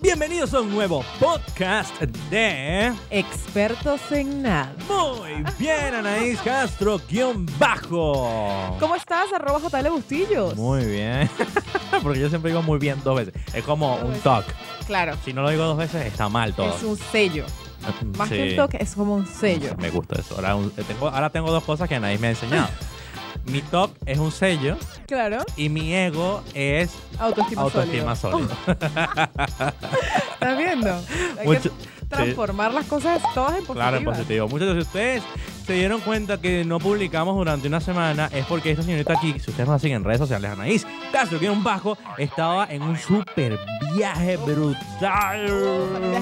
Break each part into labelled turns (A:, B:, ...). A: Bienvenidos a un nuevo podcast de...
B: Expertos en nada.
A: Muy bien, Anaís Castro, guión bajo.
B: ¿Cómo estás? Arroba JL Bustillos.
A: Muy bien. Porque yo siempre digo muy bien dos veces. Es como
B: Dos
A: un
B: veces.
A: talk.
B: Claro.
A: Si no lo digo dos veces, está mal todo. Mm,
B: Es un sello. Más que
A: Sí.
B: un toque, es como un sello.
A: Me gusta eso. Ahora, un- eh, tengo, ahora tengo dos cosas que Anaís me ha enseñado. Mi talk es un sello
B: Claro.
A: y mi ego es
B: Autoestima,
A: autoestima
B: sólida.
A: sólida.
B: ¿Estás viendo? Hay
A: Mucho-
B: que transformar las cosas todas en positivas.
A: Claro, en positivo. Muchachos, si ustedes se dieron cuenta que no publicamos durante una semana, es porque esta señorita aquí, si ustedes nos siguen en redes sociales, Anaís Castro, que era un bajo, estaba en un super viaje
B: Es
A: brutal.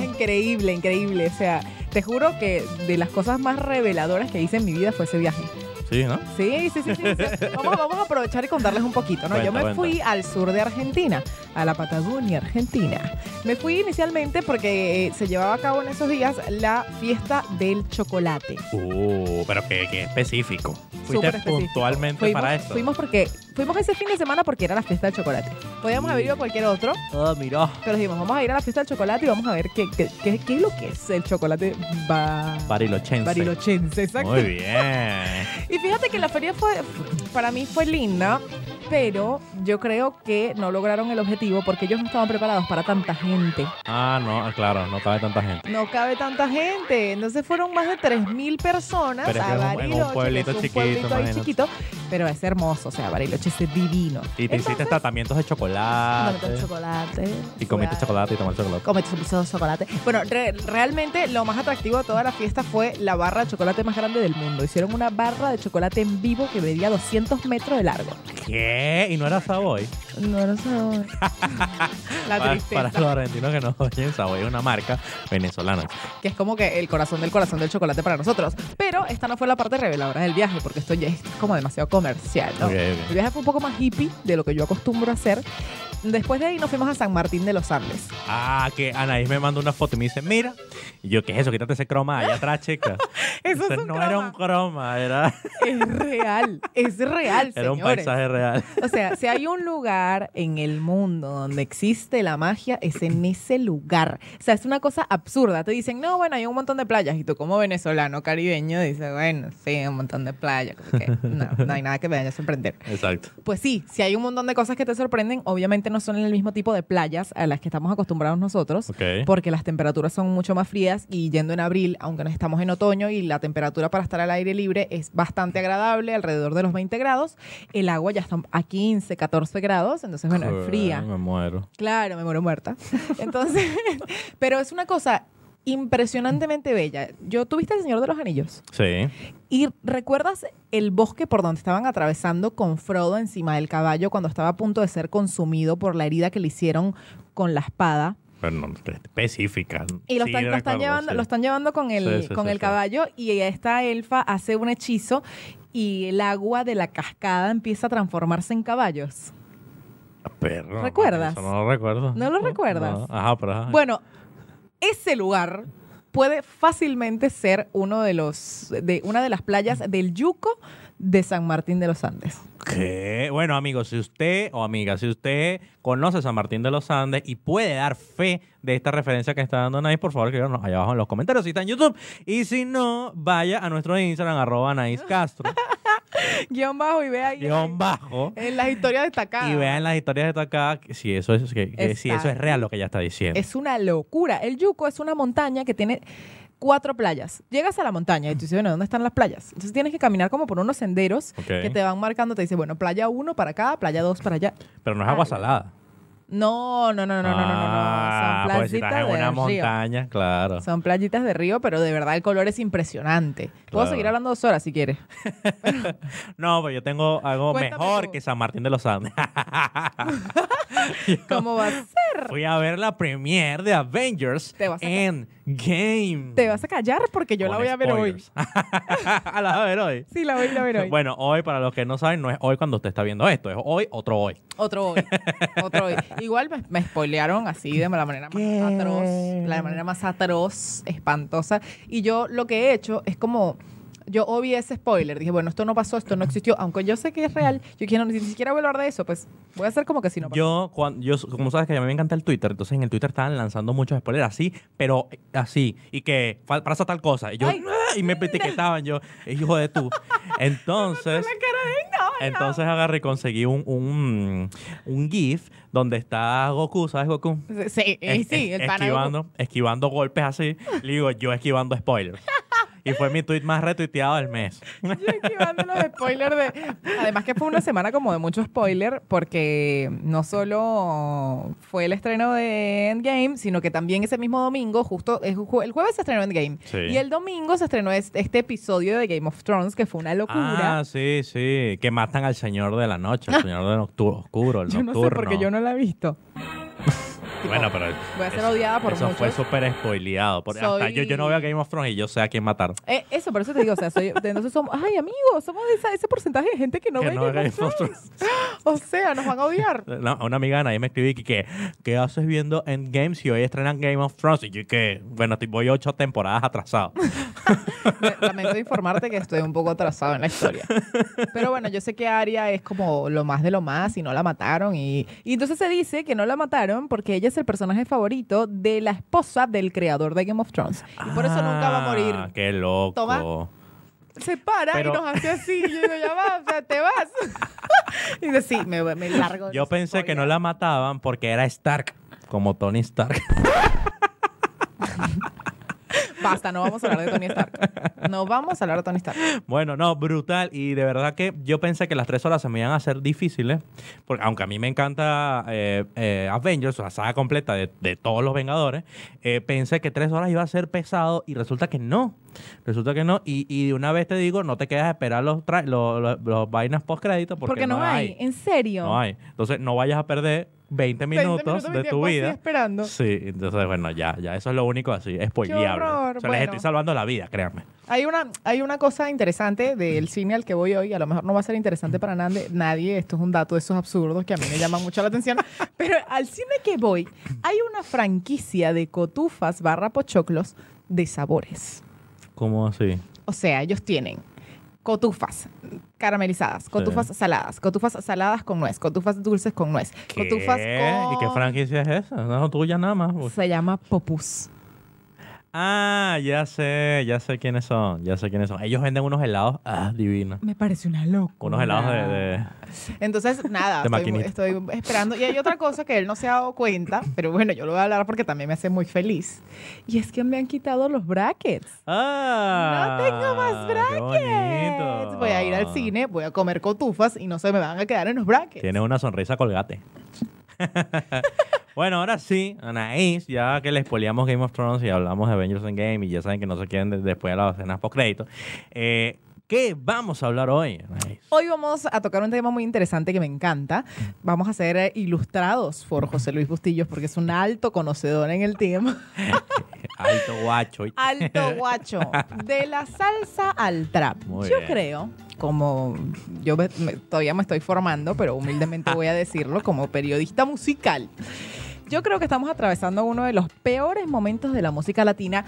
B: increíble, increíble. O sea, te juro que de las cosas más reveladoras que hice en mi vida fue ese viaje.
A: Sí, ¿no?
B: Sí, sí, sí. sí, o sea, vamos, vamos a aprovechar y contarles un poquito. ¿no?
A: Cuenta,
B: Yo me
A: cuenta.
B: fui al sur de Argentina, a la Patagonia Argentina. Me fui inicialmente porque eh, se llevaba a cabo en esos días la fiesta del chocolate.
A: Uh, pero qué, qué específico. Fuiste
B: Súper específico.
A: puntualmente
B: Fuimos,
A: para eso.
B: fuimos porque fuimos ese fin de semana porque era la fiesta del chocolate. Podíamos haber ido a cualquier otro,
A: Oh, miró.
B: pero dijimos, vamos a ir a la fiesta del chocolate y vamos a ver qué, qué, qué- qué es lo que es el chocolate ba-
A: Barilochense.
B: barilochense. Exacto.
A: Muy bien.
B: Y fíjate que la feria fue, para mí fue linda, pero yo creo que no lograron el objetivo porque ellos no estaban preparados para tanta gente.
A: Ah, no, claro, no cabe tanta gente.
B: No cabe tanta gente. Entonces fueron más de 3.000 personas
A: Pero es que
B: a
A: es un- en un
B: Bariloche. que es
A: pueblito
B: un
A: chiquito,
B: pueblito ahí
A: imagínate.
B: chiquito, pero es hermoso. O sea, Bariloche es divino.
A: Y te hiciste tratamientos de
B: Comete
A: chocolate.
B: chocolate.
A: Y comiste
B: Fui a-
A: chocolate y tomaste chocolate.
B: Comete su piso de chocolate. Bueno, re- realmente lo más atractivo de toda la fiesta fue la barra de chocolate más grande del mundo. Hicieron una barra de chocolate en vivo que medía 200 metros de largo.
A: ¿Qué? ¿Y no era Savoy?
B: No lo sabor. La
A: Pa-
B: tristeza.
A: Para, los argentinos que nos oyen, Savoy es una marca venezolana.
B: Que es como que el corazón del corazón del chocolate para nosotros. Pero esta no fue la parte reveladora del viaje, porque esto ya es como demasiado comercial, ¿no?
A: Ok,
B: El
A: ok.
B: viaje fue un poco más hippie de lo que yo acostumbro a hacer. Después de ahí nos fuimos a San Martín de los Andes.
A: Ah, que Anaís me manda una foto y me dice, mira. Y yo, ¿qué es eso? Quítate ese croma allá atrás, chica.
B: Eso
A: Ese
B: es un
A: no
B: croma.
A: era un croma, era,
B: Es real, es real,
A: era un
B: señores.
A: paisaje real.
B: O sea, si hay un lugar en el mundo donde existe la magia, es en ese lugar. O sea, es una cosa absurda. Te dicen, no, bueno, hay un montón de playas. Y tú, como venezolano caribeño, dices, bueno, sí, un montón de playas. Como que No, no hay nada que me vaya a sorprender.
A: Exacto.
B: Pues sí, si hay un montón de cosas que te sorprenden, obviamente no son el mismo tipo de playas a las que estamos acostumbrados nosotros.
A: Ok.
B: Porque las temperaturas son mucho más frías y yendo en abril, aunque nos estamos en otoño y la temperatura para estar al aire libre es bastante agradable, alrededor de los 20 grados, el agua ya está a 15, 14 grados, entonces bueno, es fría.
A: Me muero.
B: Claro, me muero muerta. Entonces, pero es una cosa impresionantemente bella. Yo tuviste el Señor de los Anillos
A: Sí.
B: y recuerdas el bosque por donde estaban atravesando con Frodo encima del caballo cuando estaba a punto de ser consumido por la herida que le hicieron con la espada.
A: Pero no, específica.
B: Y lo,
A: Sí,
B: están, lo están
A: recuerdo,
B: llevando,
A: sí.
B: lo están llevando con el,
A: Sí, sí,
B: con
A: sí,
B: el
A: sí.
B: caballo y esta elfa hace un hechizo y el agua de la cascada empieza a transformarse en caballos.
A: Ah, perro,
B: ¿Recuerdas?
A: eso no lo recuerdo.
B: ¿No lo recuerdas?
A: No. Ajá, pero... ajá.
B: Bueno, ese lugar puede fácilmente ser uno de los de una de las playas del Yuco de San Martín de los Andes.
A: ¿Qué? Bueno, amigos, si usted o amiga, si usted conoce San Martín de los Andes y puede dar fe de esta referencia que está dando Anaís, por favor, escríbanos allá abajo en los comentarios si está en YouTube. Y si no, vaya a nuestro Instagram, arroba Anaís Castro,
B: Guión bajo y ve ahí
A: guión bajo,
B: en las historias destacadas.
A: y vean las historias de acá que si eso es, que, que si eso es
B: Ah. Exacto.
A: real lo que ella está diciendo.
B: Es una locura. El Yuco es una montaña que tiene cuatro playas. Llegas a la montaña y tú dices, bueno, ¿dónde están las playas? Entonces tienes que caminar como por unos senderos
A: Ok.
B: que te van marcando. Te dice, bueno, playa 1 para acá, playa 2 para allá.
A: Pero no es agua salada.
B: No, no, no, no, no, no, no, no.
A: Ah,
B: Son
A: pues si estás
B: playitas
A: en
B: de
A: una
B: río.
A: montaña, claro.
B: Son playitas de río, pero de verdad el color es impresionante. Puedo
A: Claro.
B: seguir hablando dos horas si quieres.
A: No, pues yo tengo algo
B: Cuéntame
A: mejor
B: tú.
A: que San Martín de los Andes.
B: ¿Cómo va a ser?
A: Fui a ver la premiere de Avengers
B: Te vas a ca-
A: en Game.
B: Te vas a callar porque yo la voy a ver hoy.
A: a la voy a ver hoy.
B: Sí, la voy a ver hoy.
A: Bueno, hoy, para los que no saben, no es hoy cuando usted está viendo esto, es hoy, otro hoy.
B: Otro hoy. Otro hoy. Igual me, me spoilearon así de la manera más
A: ¿Qué?
B: atroz. La manera más atroz, espantosa. Y yo lo que he hecho es como yo obvié ese spoiler. Dije, bueno, esto no pasó, esto no existió. Aunque yo sé que es real, yo quiero ni siquiera voy a hablar de eso, pues voy a hacer como que si no pasó.
A: Yo, cuan- yo, como sabes que a mí me encanta el Twitter, entonces en el Twitter estaban lanzando muchos spoilers así, pero eh, así, y que fal- pasa tal cosa. Y yo,
B: Ay.
A: "Ah", y me etiquetaban yo, hijo de tú. Entonces, entonces agarré y conseguí un, un, un GIF donde está Goku, ¿sabes Goku?
B: Sí, eh,
A: Es-
B: sí,
A: es-
B: el pana.
A: esquivando, esquivando golpes así. Le digo, yo esquivando spoilers. Y fue mi tweet más retuiteado del mes.
B: Yo esquivando los spoilers de. Además que fue una semana como de mucho spoiler, porque no solo fue el estreno de Endgame, sino que también ese mismo domingo, justo es ju- el jueves se estrenó Endgame.
A: Sí.
B: Y el domingo se estrenó es- este episodio de Game of Thrones, que fue una locura.
A: Ah, sí, sí. Que matan al señor de la noche, al señor del noctu- oscuro, el
B: yo no sé
A: nocturno.
B: porque yo no la he visto.
A: Bueno, pero
B: Voy a ser
A: eso-
B: odiada por
A: eso
B: muchos.
A: fue súper spoileado. Por, Hasta
B: Soy-
A: yo, yo no veo Game of Thrones y yo sé a quién matar.
B: Eh, eso, por eso te digo, o sea, soy- entonces somos, ay, amigos, somos de esa- ese porcentaje de gente que no
A: que
B: ve
A: no
B: Game
A: veo Game
B: of Thrones.
A: Thrones.
B: O sea, nos van a odiar.
A: La- una amiga de nadie me escribí que, que, ¿qué haces viendo Endgame si hoy estrenan Game of Thrones? Y yo que, bueno, estoy- voy ocho temporadas atrasado.
B: Me- Lamento informarte que estoy un poco atrasado en la historia. Pero bueno, yo sé que Aria es como lo más de lo más y no la mataron. Y, y entonces se dice que no la mataron porque ella es el personaje favorito de la esposa del creador de Game of Thrones. Y por eso nunca va a
A: Ah,
B: morir.
A: Qué loco.
B: Toma. Se para
A: Pero-
B: y nos hace así. Y yo digo, ya va, o sea, te vas. Y dice, sí, me, me largo. de
A: Yo
B: esa
A: pensé que
B: historia".
A: no la mataban porque era Stark, como Tony Stark.
B: Basta, no vamos a hablar de Tony Stark. No vamos a hablar de Tony Stark.
A: Bueno, no, brutal. Y de verdad que yo pensé que las tres horas se me iban a hacer difíciles. Porque aunque a mí me encanta eh, eh, Avengers, la saga completa de, de todos los Vengadores, eh, pensé que tres horas iba a ser pesado y resulta que no. Resulta que no. Y, y de una vez te digo, no te quedas a esperar los, tra- los, los- los vainas post crédito porque,
B: Porque, no, hay. en serio.
A: No hay. Entonces no vayas a perder 20
B: 20
A: minutos, de
B: mi
A: tu
B: tiempo así
A: vida.
B: esperando.
A: Sí, entonces bueno, ya, ya, eso es lo único así, es spoileable.
B: horror,
A: O sea, les
B: bueno.
A: estoy salvando la vida, créanme.
B: Hay una, hay una cosa interesante del cine al que voy hoy, a lo mejor no va a ser interesante para nade- nadie, esto es un dato de esos absurdos que a mí me llaman mucho la atención, pero al cine que voy hay una franquicia de cotufas barra pochoclos de sabores.
A: ¿Cómo así?
B: O sea, ellos tienen cotufas caramelizadas, cotufas saladas, cotufas saladas con nuez, cotufas dulces con nuez, cotufas con...
A: ¿Y qué franquicia es esa? No, tuya nada más. pues.
B: Se llama Popus.
A: Ah, ya sé, ya sé quiénes son, ya sé quiénes son. Ellos venden unos helados, ah, divinos.
B: Me parece una locura.
A: Unos helados de... de-
B: Entonces, nada,
A: De
B: estoy,
A: maquinita.
B: estoy esperando. Y hay otra cosa que él no se ha dado cuenta, pero bueno, yo lo voy a hablar porque también me hace muy feliz. Y es que me han quitado los brackets.
A: ¡Ah!
B: No tengo más
A: qué bonito.
B: brackets. Voy a ir al cine, voy a comer cotufas y no se me van a quedar en los brackets.
A: Tienes una sonrisa colgate. bueno, ahora sí, Anaís, ya que les poliamos Game of Thrones y hablamos de Avengers Endgame y ya saben que no se quieren después de las escenas post-crédito. eh, ¿Qué vamos a hablar hoy, Anaís?
B: Hoy vamos a tocar un tema muy interesante que me encanta. Vamos a ser eh, ilustrados por José Luis Bustillos porque es un alto conocedor en el tema.
A: Alto guacho. ¿oíste?
B: Alto guacho. De la salsa al trap.
A: Muy
B: yo
A: bien.
B: creo, como yo me- me- todavía me estoy formando, pero humildemente voy a decirlo como periodista musical. Yo creo que estamos atravesando uno de los peores momentos de la música latina.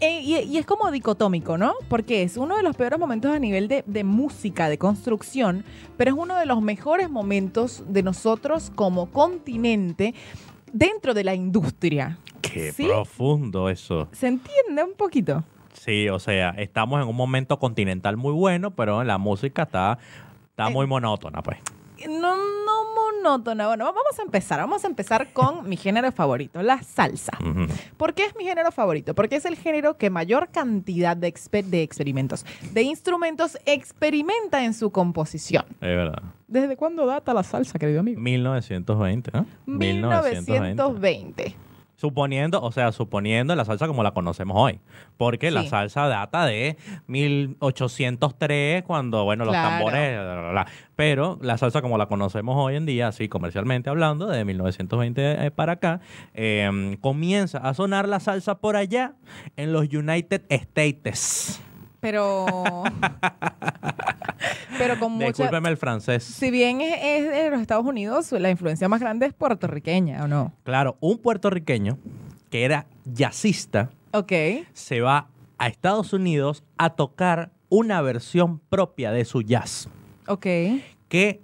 B: eh, y, y es como dicotómico, ¿no? Porque es uno de los peores momentos a nivel de, de música, de construcción, pero es uno de los mejores momentos de nosotros como continente dentro de la industria.
A: Qué
B: ¿Sí?
A: profundo eso.
B: ¿Se entiende un poquito?
A: Sí, o sea, estamos en un momento continental muy bueno, pero la música está, está
B: Eh.
A: muy monótona, pues.
B: No, no monótona. Bueno, vamos a empezar. Vamos a empezar con mi género favorito, la salsa.
A: Ujú.
B: ¿Por qué es mi género favorito? Porque es el género que mayor cantidad de, exper- de experimentos, de instrumentos, experimenta en su composición.
A: Es verdad.
B: ¿Desde cuándo data la salsa, querido amigo?
A: 1920, ¿no?
B: 1920.
A: Suponiendo, o sea, suponiendo la salsa como la conocemos hoy. Porque la
B: Sí.
A: salsa data de 1803, cuando, bueno, los
B: Claro.
A: tambores. bla, bla, bla. Pero la salsa como la conocemos hoy en día, así comercialmente hablando, de 1920 eh, para acá, eh, comienza a sonar la salsa por allá en los United States.
B: Pero. pero con mucha.
A: Discúlpeme el francés.
B: Si bien es, es de los Estados Unidos, la influencia más grande es puertorriqueña, ¿o no?
A: Claro, un puertorriqueño que era jazzista
B: Ok.
A: se va a Estados Unidos a tocar una versión propia de su jazz,
B: Ok.
A: que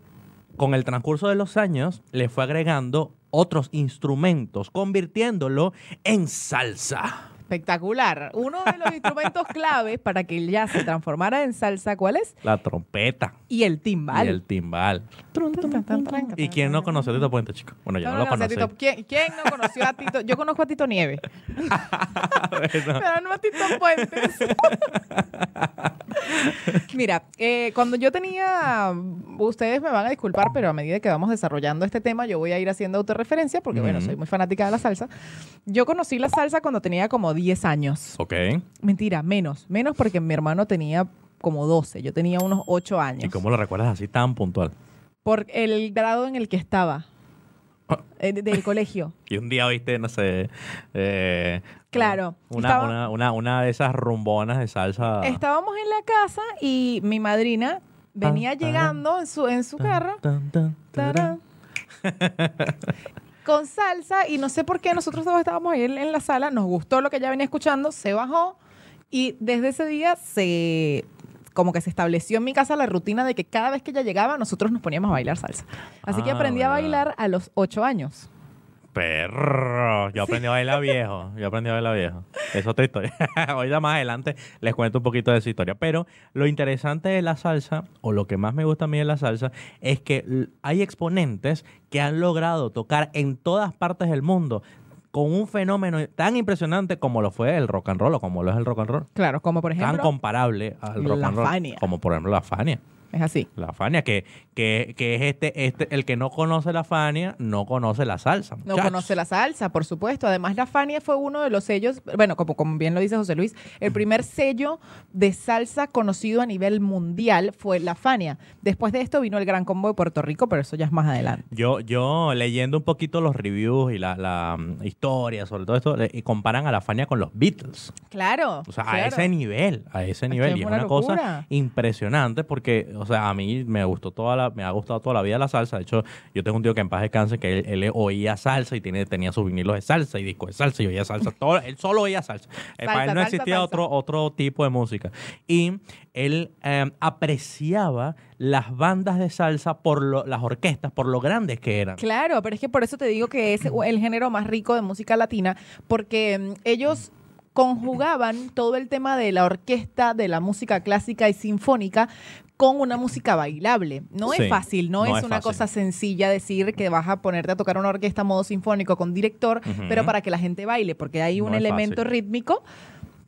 A: con el transcurso de los años le fue agregando otros instrumentos, convirtiéndolo en salsa.
B: Espectacular. Uno de los instrumentos claves para que el jazz se transformara en salsa, ¿cuál es?
A: La trompeta
B: Y el
A: y
B: timbal.
A: el timbal. ¿Y quién no conoce a Tito Puente, chico? Bueno, yo no, lo
B: conocí a
A: conocí.
B: Tito. ¿Quién, quién no conoció a Tito? Yo conozco a Tito Nieves,
A: Bueno.
B: pero no a Tito Puentes. Mira, eh, cuando yo tenía, ustedes me van a disculpar, pero a medida que vamos desarrollando este tema, yo voy a ir haciendo autorreferencia, porque bueno,
A: Ujú.
B: soy muy fanática de la salsa. Yo conocí la salsa cuando tenía como 10 años.
A: Ok.
B: Mentira, menos, menos porque mi hermano tenía como 12, yo tenía unos 8 años.
A: ¿Y cómo lo recuerdas así tan puntual?
B: Por el grado en el que estaba,
A: Ah.
B: eh, de- del colegio.
A: Y un día oíste, no sé. eh,
B: Claro,
A: Una,
B: estaba-
A: una, una, una de esas rumbonas de salsa.
B: Estábamos en la casa y mi
A: Ah.
B: madrina venía
A: Tan, tan,
B: llegando en su, en
A: Ah.
B: su carro
A: Tan, tan,
B: tarán,
A: tarán.
B: con salsa y no sé por qué nosotros todos estábamos ahí en en la sala, nos gustó lo que ella venía escuchando, se bajó y desde ese día se como que se estableció en mi casa la rutina de que cada vez que ella llegaba nosotros nos poníamos a bailar salsa. Así que
A: Ah,
B: aprendí a
A: verdad.
B: bailar a los ocho años.
A: Perro. Yo aprendí a bailar viejo. Yo aprendí a bailar viejo. Es otra historia. Ahorita más adelante les cuento un poquito de esa historia. Pero lo interesante de la salsa, o lo que más me gusta a mí de la salsa, es que l- hay exponentes que han logrado tocar en todas partes del mundo con un fenómeno tan impresionante como lo fue el rock and roll o como lo es el rock and roll.
B: Claro, como por
A: Tan
B: ejemplo,
A: comparable al rock
B: La
A: and roll.
B: Fania.
A: Como por ejemplo la Fania.
B: es así.
A: La Fania, que, que, que es este, este, el que no conoce la Fania, no conoce la salsa.
B: No
A: muchachos.
B: conoce la salsa, por supuesto. Además, la Fania fue uno de los sellos, bueno, como, como bien lo dice José Luis, el primer sello de salsa conocido a nivel mundial fue la Fania. Después de esto vino el Gran Combo de Puerto Rico, pero eso ya es más adelante.
A: Yo, yo leyendo un poquito los reviews y la, la mm, historia, sobre todo esto, le- y comparan a la Fania con los Beatles.
B: Claro.
A: O sea, a
B: claro.
A: ese nivel, a ese
B: que
A: nivel.
B: es
A: y es
B: una
A: una
B: locura.
A: cosa impresionante porque, o sea, a mí me gustó toda la, me ha gustado toda la vida la salsa. De hecho, yo tengo un tío que en paz descanse que él, él oía salsa y tiene, tenía sus vinilos de salsa y discos de salsa y oía salsa. Todo, él solo oía salsa. Eh,
B: Salsa,
A: Para él no
B: salsa,
A: existía
B: salsa.
A: otro, otro tipo de música. Y él eh, apreciaba las bandas de salsa por lo- las orquestas, por lo grandes que eran.
B: Claro, pero es que por eso te digo que es el género más rico de música latina, porque mm, ellos conjugaban todo el tema de la orquesta, de la música clásica y sinfónica con una música bailable. No
A: Sí,
B: es fácil, no,
A: no
B: es,
A: es
B: una
A: fácil.
B: cosa sencilla decir que vas a ponerte a tocar una orquesta a modo sinfónico con director,
A: Ujú.
B: pero para que la gente baile, porque hay un
A: No es
B: elemento
A: fácil.
B: rítmico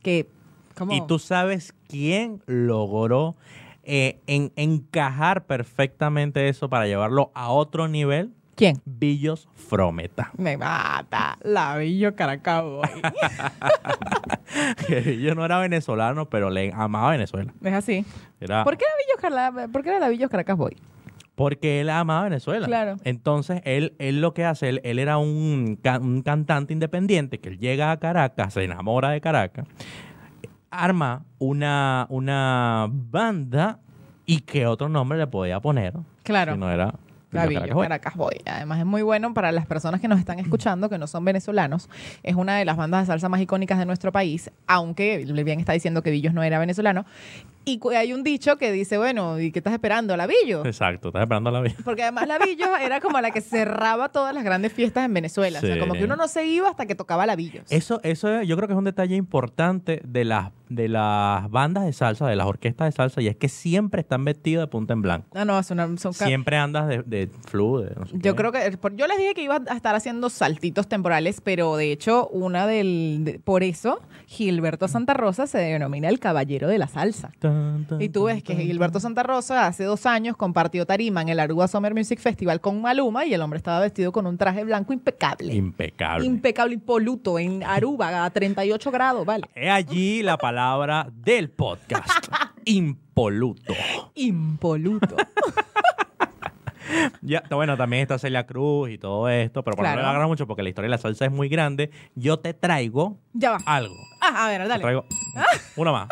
B: que... como-
A: Y tú sabes quién logró eh, en- encajar perfectamente eso para llevarlo a otro nivel.
B: ¿Quién?
A: Billos Frometa.
B: Me mata, la Billo Caracabo.
A: Que Billos no era venezolano, pero le amaba Venezuela.
B: es así.
A: Era
B: ¿Por qué la Billo Carla- por qué era la Billo Caracas Boy?
A: Porque él amaba Venezuela.
B: Claro.
A: Entonces, él, él lo que hace, él, él era un, ca- un cantante independiente que él llega a Caracas, se enamora de Caracas, arma una, una banda y que otro nombre le podía poner.
B: Claro.
A: Si no era.
B: La
A: Billo
B: Billo
A: Caracas.
B: Caracas Boy. Además, es muy bueno para las personas que nos están escuchando, que no son venezolanos. Es una de las bandas de salsa más icónicas de nuestro país, aunque bien está diciendo que Villos no era venezolano. Y cu- hay un dicho que dice, bueno, ¿y qué estás esperando? ¿La Billo?
A: Exacto, estás esperando la vida.
B: Porque además la Billo era como la que cerraba todas las grandes fiestas en Venezuela. O sea,
A: Sí.
B: como que uno no se iba hasta que tocaba la Billo.
A: Eso, eso yo creo que es un detalle importante de las, de las bandas de salsa, de las orquestas de salsa, y es que siempre están vestidos de punta en blanco.
B: No, no, son, son ca-
A: Siempre andas de, de flu, de no sé
B: Yo
A: qué.
B: creo que eh, por- yo les dije que iba a estar haciendo saltitos temporales, pero de hecho una del de- por eso Gilberto Santa Rosa se denomina el caballero de la salsa.
A: Tan, tan,
B: Y tú ves que
A: tan, tan,
B: Gilberto Santa Rosa hace dos años compartió tarima en el Aruba Summer Music Festival con Maluma y el hombre estaba vestido con un traje blanco impecable.
A: Impecable.
B: Impecable y poluto en Aruba a 38 grados, ¿vale?
A: He allí la palabra del podcast. Impoluto.
B: Impoluto.
A: Ya, bueno, también está Celia Cruz y todo esto, pero para no
B: Claro.
A: agarrar mucho porque la historia de la salsa es muy grande, yo te traigo
B: ya va.
A: algo.
B: Ah, a ver,
A: Te
B: dale.
A: traigo una más.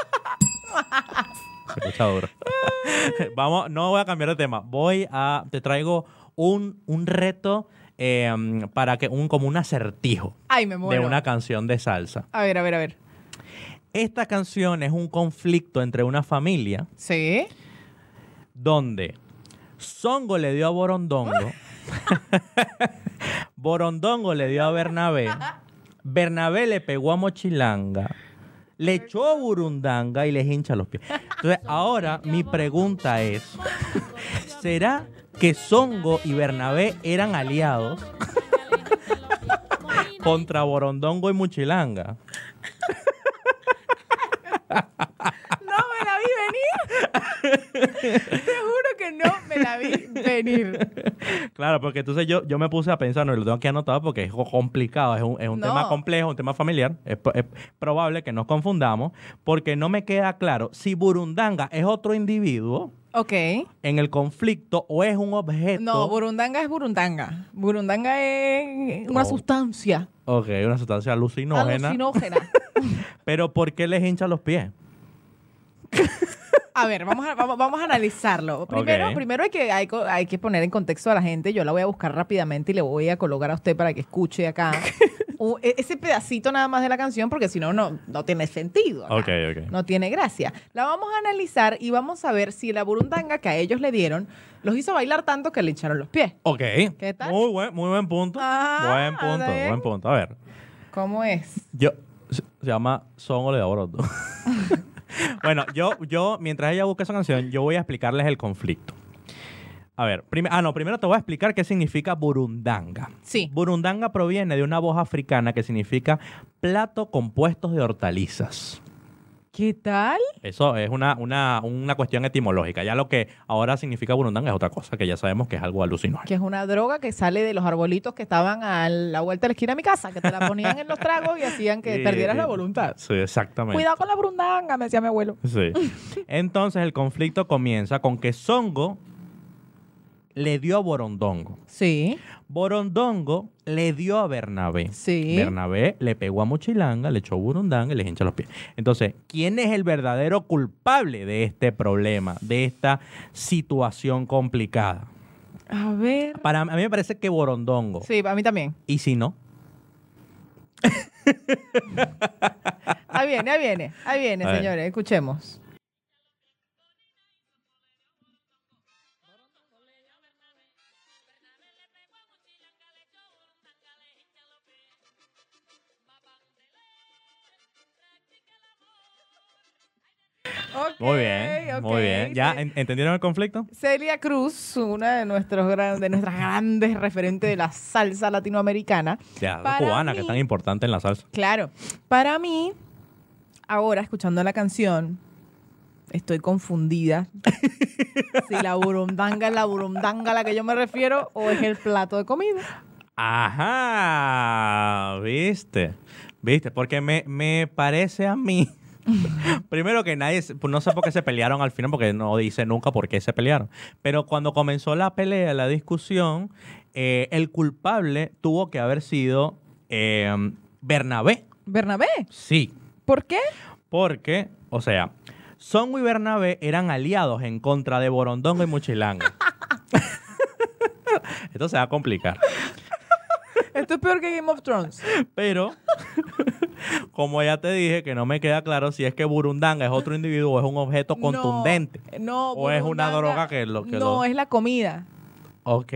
A: Se escucha duro. Vamos, no voy a cambiar de tema. Voy a, te traigo un, un reto eh, para que, un, como un acertijo
B: Ay, me muero.
A: de una canción de salsa.
B: A ver, a ver, a ver.
A: Esta canción es un conflicto entre una familia
B: Sí.
A: donde Songo le dio a Borondongo, Borondongo le dio a Bernabé, Bernabé le pegó a Mochilanga, le echó a Burundanga y les hincha los pies. Entonces, ahora mi pregunta es, ¿será que Songo y Bernabé eran aliados contra Borondongo y Mochilanga?
B: No me la vi venir. Te juro que no me la vi venir.
A: Claro, porque entonces yo, yo me puse a pensar, no, y lo tengo aquí anotado porque es jo- complicado, es un, es un
B: No.
A: tema complejo, un tema familiar. Es, po- es probable que nos confundamos porque no me queda claro si Burundanga es otro individuo
B: Ok.
A: en el conflicto o es un objeto.
B: No, burundanga es burundanga. Burundanga es una
A: Oh.
B: sustancia
A: ok, una sustancia alucinógena.
B: alucinógena.
A: Pero ¿por qué les hincha los pies?
B: A ver, vamos a, vamos, vamos a analizarlo. Primero,
A: Ok.
B: primero hay, que, hay, co- hay que poner en contexto a la gente. Yo la voy a buscar rápidamente y le voy a colocar a usted para que escuche acá u- e- ese pedacito nada más de la canción, porque si no, no no tiene sentido. acá.
A: Ok, ok.
B: No tiene gracia. La vamos a analizar y vamos a ver si la burundanga que a ellos le dieron los hizo bailar tanto que le hincharon los pies.
A: Ok.
B: ¿Qué tal?
A: Muy buen, muy buen punto.
B: Ah,
A: buen punto,
B: ¿está bien?
A: buen punto. A ver.
B: ¿Cómo es?
A: Yo, se, se llama Son de Orondo. bueno, yo, yo, mientras ella busca esa canción, yo voy a explicarles el conflicto. A ver, prim- ah, no, primero te voy a explicar qué significa burundanga.
B: Sí.
A: Burundanga proviene de una voz africana que significa plato compuestos de hortalizas.
B: ¿Qué tal?
A: Eso es una, una, una cuestión etimológica. Ya lo que ahora significa burundanga es otra cosa, que ya sabemos que es algo alucinógeno.
B: que es una droga que sale de los arbolitos que estaban a la vuelta de la esquina de mi casa, que te la ponían en los tragos y hacían que
A: Y-
B: perdieras
A: y-
B: la voluntad.
A: Sí, exactamente.
B: Cuidado con la brundanga, me decía mi abuelo.
A: Sí. Entonces el conflicto comienza con que Songo le dio a Borondongo.
B: Sí,
A: Borondongo le dio a Bernabé.
B: sí.
A: Bernabé le pegó a Mochilanga, le echó Burundanga y le hincha los pies. Entonces, ¿quién es el verdadero culpable de este problema, de esta situación complicada?
B: A ver.
A: Para a mí me parece que Borondongo.
B: Sí, a mí también.
A: Y si no,
B: Ahí viene, ahí viene, ahí viene,
A: A ver.
B: señores, escuchemos.
A: muy bien,
B: Ok,
A: muy
B: ok,
A: bien. ¿Ya
B: sí.
A: en- entendieron el conflicto?
B: Celia Cruz, una de, nuestros gran- de nuestras grandes referentes de la salsa latinoamericana.
A: Ya, la
B: Para
A: cubana, que
B: mí-
A: es tan importante en la salsa.
B: Claro, para mí, ahora escuchando la canción, estoy confundida. si la burundanga es la burundanga a la que yo me refiero o es el plato de comida.
A: Ajá, viste, viste, porque me, me parece a mí. Primero que nadie, se- pues no sé por qué se pelearon al final, porque no dice nunca por qué se pelearon. Pero cuando comenzó la pelea, la discusión, eh, el culpable tuvo que haber sido eh, Bernabé.
B: Bernabé,
A: Sí,
B: ¿por qué?
A: porque, o sea, Songo y Bernabé eran aliados en contra de Borondongo y Muchilanga. Esto se va a complicar.
B: Esto es peor que Game of Thrones.
A: Pero, como ya te dije, que no me queda claro si es que Burundanga es otro individuo o es un objeto
B: No,
A: contundente.
B: No,
A: O es una
B: burundanga,
A: droga que lo- que
B: no,
A: lo-
B: es la comida.
A: Ok.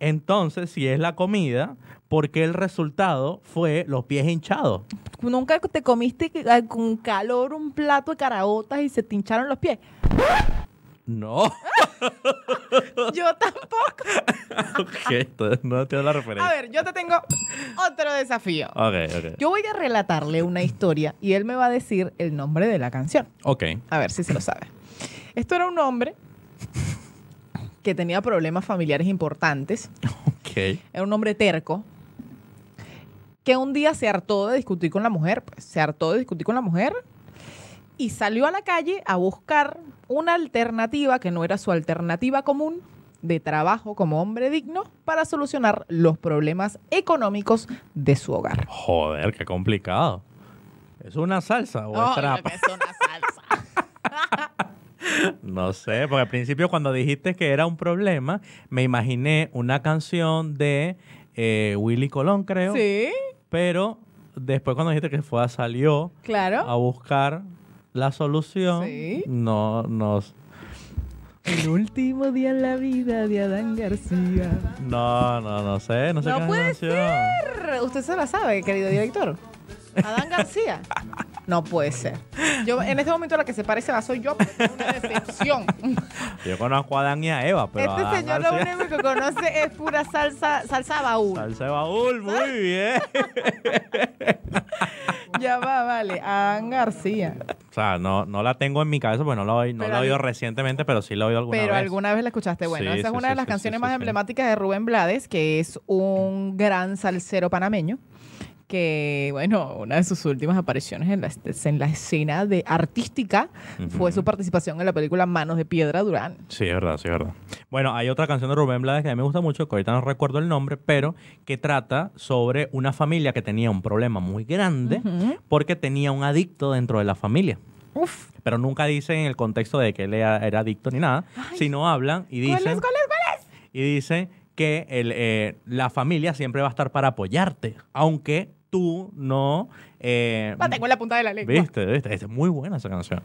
A: Entonces, si es la comida, ¿por qué el resultado fue los pies hinchados?
B: Nunca te comiste eh, con calor un plato de caraotas y se te hincharon los pies.
A: No.
B: Yo tampoco.
A: ok, entonces no tengo la
B: A
A: referencia.
B: ver, yo te tengo otro desafío.
A: Ok, ok.
B: Yo voy a relatarle una historia y él me va a decir el nombre de la canción.
A: Ok.
B: A ver si se lo sabe. Esto era un hombre que tenía problemas familiares importantes.
A: Ok.
B: Era un hombre terco que un día se hartó de discutir con la mujer. pues, se hartó de discutir con la mujer y salió a la calle a buscar una alternativa que no era su alternativa común de trabajo como hombre digno para solucionar los problemas económicos de su hogar.
A: Joder, qué complicado. ¿Es una salsa o es
B: Obvio
A: trapa?
B: que es una salsa.
A: No sé, porque al principio cuando dijiste que era un problema, me imaginé una canción de eh, Willy Colón, creo,
B: Sí.
A: pero después cuando dijiste que fue a- salió
B: Claro.
A: a buscar la solución,
B: Sí.
A: no nos...
B: El último día en la vida de Adán García.
A: No, no, no sé, no sé
B: No
A: qué
B: puede
A: canción.
B: Usted se la sabe, querido director. Adán García. No puede ser. Yo en este momento la que se parece a soy yo, porque es una decepción.
A: Yo conozco a Dan y a Eva, pero
B: este
A: a Dan
B: señor
A: García-
B: lo único que conoce es pura salsa, salsa baúl.
A: Salsa de baúl, muy bien.
B: Ya va, vale. Adán García.
A: O sea, no, no la tengo en mi cabeza, pues no la oí, no
B: Pero
A: la he
B: al-
A: oído recientemente, pero sí la he oído alguna
B: Pero
A: vez.
B: alguna vez la escuchaste. Bueno,
A: Sí,
B: esa
A: sí,
B: es
A: sí,
B: una de las
A: sí,
B: canciones
A: sí,
B: más
A: sí, sí.
B: emblemáticas de Rubén Blades, que es un gran salsero panameño. Que, bueno, una de sus últimas apariciones en la, es- en la escena de artística fue su participación en la película Manos de Piedra Durán.
A: Sí, es verdad, sí, es verdad. Bueno, hay otra canción de Rubén Blades que a mí me gusta mucho, que ahorita no recuerdo el nombre, pero que trata sobre una familia que tenía un problema muy grande
B: Ujú.
A: porque tenía un adicto dentro de la familia.
B: Uf,
A: Pero nunca dicen en el contexto de que él era era adicto ni nada, sino hablan y
B: ¿cuál es,
A: dicen,
B: cuál es, cuál
A: y dicen que el, eh, la familia siempre va a estar para apoyarte, aunque tú no... eh,
B: es? La Ah, tengo en la punta de la lengua.
A: ¿Viste? ¿Viste? Es muy buena esa canción.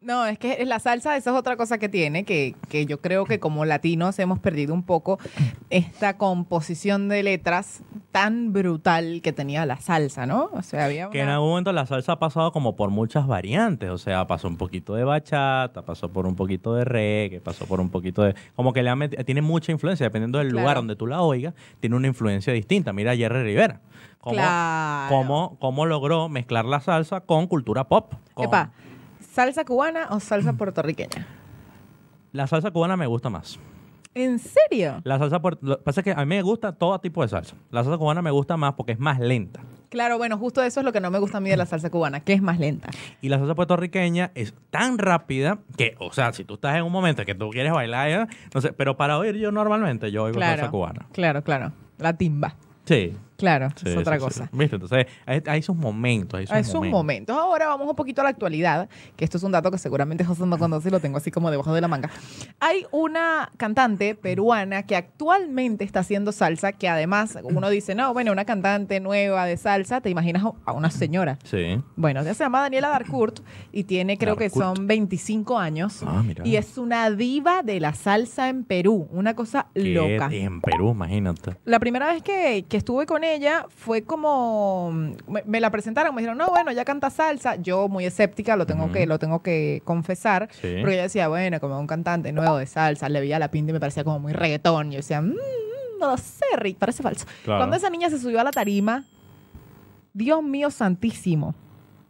B: No, es que la salsa, esa es otra cosa que tiene, que, que yo creo que como latinos hemos perdido un poco esta composición de letras tan brutal que tenía la salsa, ¿no? O sea, había
A: Que en
B: una-
A: algún momento la salsa ha pasado como por muchas variantes. O sea, pasó un poquito de bachata, pasó por un poquito de reggae, pasó por un poquito de. Como que le ha meti- tiene mucha influencia, dependiendo del
B: Claro.
A: lugar donde tú la oigas, tiene una influencia distinta. Mira a Jerry Rivera. Cómo,
B: Claro.
A: cómo- cómo logró mezclar la salsa con cultura pop. con-
B: Epa, ¿salsa cubana o
A: Mm.
B: salsa puertorriqueña?
A: La salsa cubana me gusta más.
B: ¿En serio?
A: La salsa puer- lo que pasa es que a mí me gusta todo tipo de salsa. La salsa cubana me gusta más porque es más lenta.
B: Claro, bueno, justo eso es lo que no me gusta a mí de la salsa cubana, que es más lenta.
A: Y la salsa puertorriqueña es tan rápida que, o sea, si tú estás en un momento que tú quieres bailar, ¿eh? no sé, pero para oír yo normalmente yo oigo salsa
B: Claro.
A: cubana.
B: Claro, claro. La timba.
A: Sí.
B: Claro,
A: sí,
B: es otra
A: sí, sí.
B: cosa.
A: Viste, entonces hay, hay sus momentos. Hay sus
B: Ah, Es un
A: momentos.
B: momento. Ahora vamos un poquito a la actualidad, que esto es un dato que seguramente José no conoce y lo tengo así como debajo de la manga. Hay una cantante peruana que actualmente está haciendo salsa, que además uno dice, no, bueno, una cantante nueva de salsa, te imaginas a una señora.
A: Sí.
B: Bueno, ella se llama Daniela Darcourt y tiene creo que
A: Darcourt.
B: son 25 años.
A: Ah, mira.
B: Y es una diva de la salsa en Perú, una cosa
A: Que
B: loca.
A: En Perú, imagínate.
B: La primera vez que, que estuve con ella fue como me, me la presentaron, me dijeron, no, bueno, ya canta salsa. Yo muy escéptica, lo tengo
A: Ujú.
B: que, lo tengo que confesar.
A: Sí.
B: Porque ella decía, bueno, como un cantante nuevo de salsa, le veía la pinta y me parecía como muy reggaetón. Y yo decía, "Mm, mm, no lo sé, Rick, parece falso.
A: Claro.
B: Cuando esa niña se subió a la tarima, Dios mío santísimo.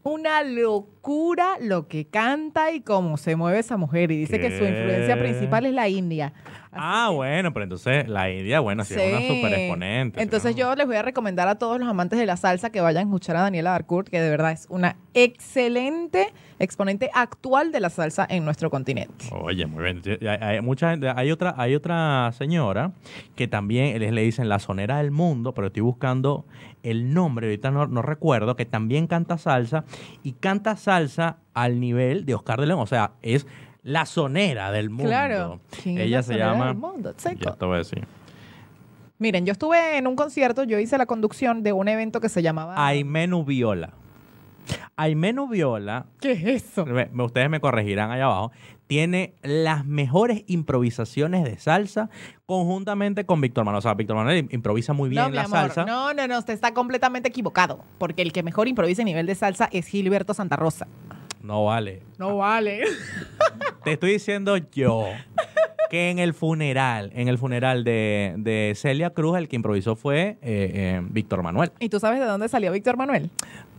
B: Una locura lo que canta y cómo se mueve esa mujer. Y dice que su
A: ¿Qué?
B: influencia principal es la India.
A: Ah, bueno, pero entonces la India, bueno, sí, es una
B: Sí.
A: super exponente.
B: Entonces yo les voy a recomendar a todos los amantes de la salsa que vayan a escuchar a Daniela Darcourt, que de verdad es una excelente exponente actual de la salsa en nuestro continente.
A: Oye, muy bien. Sí, Hay, hay mucha gente, hay otra, hay otra señora que también les le dicen la sonera del mundo, pero estoy buscando el nombre, ahorita no, no recuerdo, que también canta salsa y canta salsa al nivel de Oscar de León, o sea, es la sonera del mundo.
B: Claro. ¿Quién es
A: Ella
B: la
A: se
B: sonera
A: llama
B: del mundo?
A: Ya
B: Checo.
A: te voy a decir.
B: Miren, yo estuve en un concierto, yo hice la conducción de un evento que se llamaba...
A: Aimenu Viola. Aimenu Viola
B: ¿Qué es eso?
A: me- me- ustedes me corregirán allá abajo, tiene las mejores improvisaciones de salsa conjuntamente con Víctor Manuel. O sea, Víctor Manuel im- improvisa muy bien
B: no, mi
A: la
B: amor,
A: salsa.
B: No, no, no, usted está completamente equivocado, porque el que mejor improvisa a nivel de salsa es Gilberto Santa Rosa.
A: No vale.
B: No vale.
A: Te estoy diciendo yo que en el funeral, en el funeral de, de Celia Cruz, el que improvisó fue eh, eh, Víctor Manuel.
B: ¿Y tú sabes de dónde salió Víctor Manuel?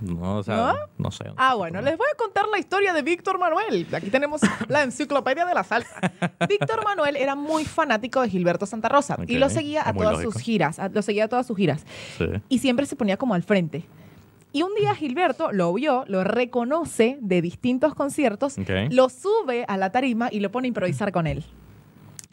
A: No, o sea,
B: ¿No?
A: ¿No? sé.
B: Ah, bueno, les voy a contar la historia de Víctor Manuel. Aquí tenemos la enciclopedia de la salsa. Víctor Manuel era muy fanático de Gilberto Santa Rosa y
A: Ok,
B: lo seguía a
A: muy
B: todas
A: lógico.
B: sus giras, a- lo seguía a todas sus giras
A: Sí.
B: y siempre se ponía como al frente. Y un día Gilberto lo vio, lo reconoce de distintos conciertos,
A: Ok.
B: lo sube a la tarima y lo pone a improvisar con él.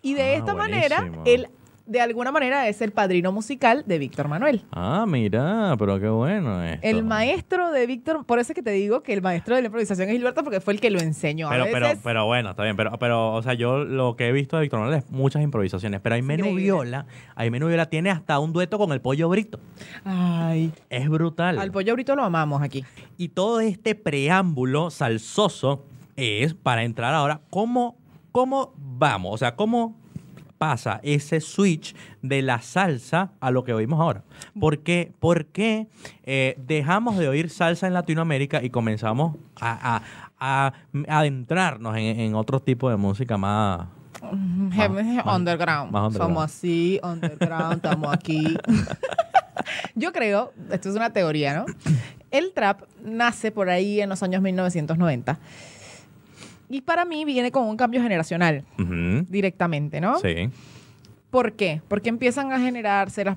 B: Y de
A: Ah,
B: esta
A: buenísimo.
B: manera, él de alguna manera es el padrino musical de Víctor Manuel.
A: Ah, mira, pero qué bueno esto.
B: El maestro de Víctor, por eso es que te digo que el maestro de la improvisación es Gilberto porque fue el que lo enseñó.
A: Pero,
B: a veces,
A: pero, pero bueno, está bien. Pero, pero, o sea, yo lo que he visto de Víctor Manuel es muchas improvisaciones. Pero Aimeno
B: Increíble.
A: Viola, Aimeno Viola tiene hasta un dueto con el Pollo Brito.
B: Ay,
A: Es brutal.
B: al pollo brito lo amamos aquí.
A: Y todo este preámbulo salsoso es para entrar ahora. ¿Cómo, cómo vamos? O sea, ¿cómo pasa ese switch de la salsa a lo que oímos ahora? ¿Por qué, por qué, eh, dejamos de oír salsa en Latinoamérica y comenzamos a, a- a adentrarnos en, en otro tipo de música más... Más- más-
B: underground.
A: más underground.
B: Somos así, underground, estamos aquí. Yo creo, esto es una teoría, ¿no? El trap nace por ahí en los años 1990. Y para mí viene con un cambio generacional
A: Ujú.
B: directamente, ¿no?
A: Sí.
B: ¿Por qué? Porque empiezan a generarse las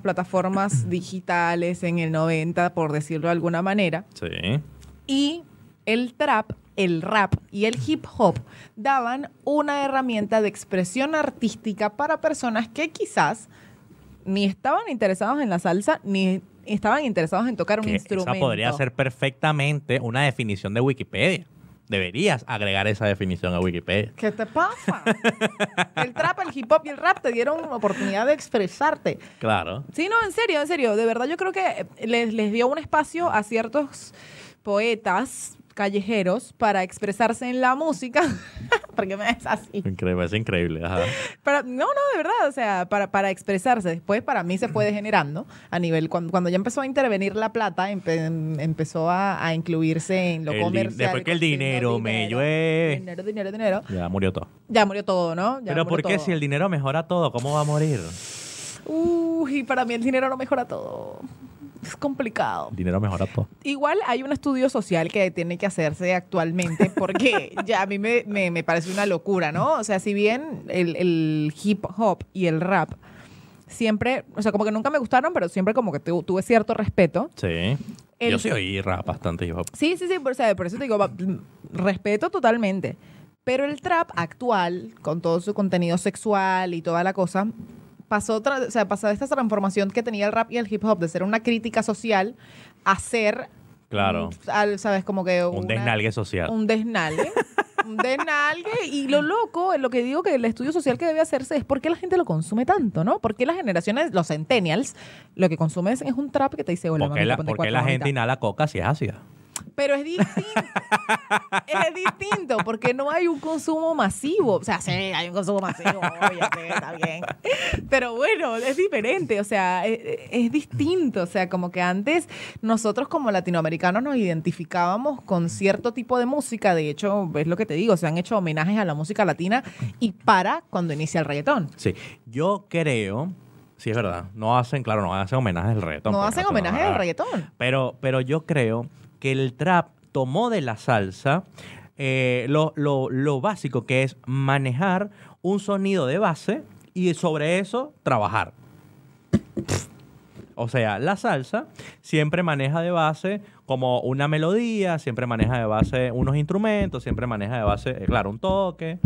B: plataformas digitales en el 90, por decirlo de alguna manera,
A: Sí.
B: y el trap, el rap y el hip hop daban una herramienta de expresión artística para personas que quizás ni estaban interesados en la salsa ni estaban interesados en tocar un
A: Que
B: instrumento.
A: esa podría ser perfectamente una definición de Wikipedia. Deberías agregar esa definición a Wikipedia.
B: ¿Qué te pasa? el trap, el hip hop y el rap te dieron una oportunidad de expresarte.
A: Claro.
B: Sí, no, en serio, en serio. De verdad, yo creo que les, les dio un espacio a ciertos poetas callejeros para expresarse en la música. Porque me es así.
A: Increíble, es increíble. Ajá.
B: Para- no, no, de verdad, o sea, para, para expresarse. Después, para mí se fue degenerando a nivel. Cuando, cuando ya empezó a intervenir la plata, empe- em- empezó a, a incluirse en lo
A: El din-
B: comercial.
A: después que el dinero me llueve.
B: Dinero, dinero, dinero.
A: Ya murió todo.
B: Ya murió todo, ¿no? Ya
A: Pero ¿por
B: murió
A: qué
B: todo.
A: si el dinero mejora todo? ¿Cómo va a morir?
B: Uy, para mí el dinero no mejora todo. Es complicado.
A: El dinero mejora todo.
B: Igual hay un estudio social que tiene que hacerse actualmente porque ya a mí me, me- me parece una locura, ¿no? O sea, si bien el, el hip hop y el rap siempre, o sea, como que nunca me gustaron, pero siempre como que tu- tuve cierto respeto.
A: Sí.
B: El-
A: Yo sí oí rap bastante hip hop.
B: Sí, sí, sí, por, o sea, por eso te digo, va- respeto totalmente. Pero el trap actual, con todo su contenido sexual y toda la cosa, pasó, tra- o sea, pasó esta transformación que tenía el rap y el hip hop de ser una crítica social a ser...
A: Claro.
B: mm, al- ¿Sabes? Como que...
A: Un
B: una-
A: desnalgue social.
B: Un desnalgue. un desnalgue. Y lo loco, lo que digo que el estudio social que debe hacerse es por qué la gente lo consume tanto, ¿no? Por qué las generaciones, los centennials, lo que consumen es, es un trap que te dice, hola,
A: ¿Por qué
B: mamita,
A: la,
B: ponte
A: por qué
B: cuatro,
A: la
B: mamita".
A: gente inhala coca si es ácida?
B: Pero es distinto. es distinto porque no hay un consumo masivo. O sea, sí, hay un consumo masivo, obvio, sí, está bien. Pero bueno, es diferente. O sea, es, es distinto. O sea, como que antes nosotros como latinoamericanos nos identificábamos con cierto tipo de música. De hecho, es lo que te digo, se han hecho homenajes a la música latina y para cuando inicia el reggaetón.
A: Sí. Yo creo... Sí, es verdad. No hacen, claro, no hacen homenajes al reggaetón.
B: No
A: porque
B: hacen
A: se-
B: homenajes al
A: ah.
B: reggaetón.
A: Pero, pero yo creo que el trap tomó de la salsa eh, lo, lo- lo básico que es manejar un sonido de base y sobre eso trabajar. O sea, la salsa siempre maneja de base como una melodía, siempre maneja de base unos instrumentos, siempre maneja de base, eh, claro, un toque.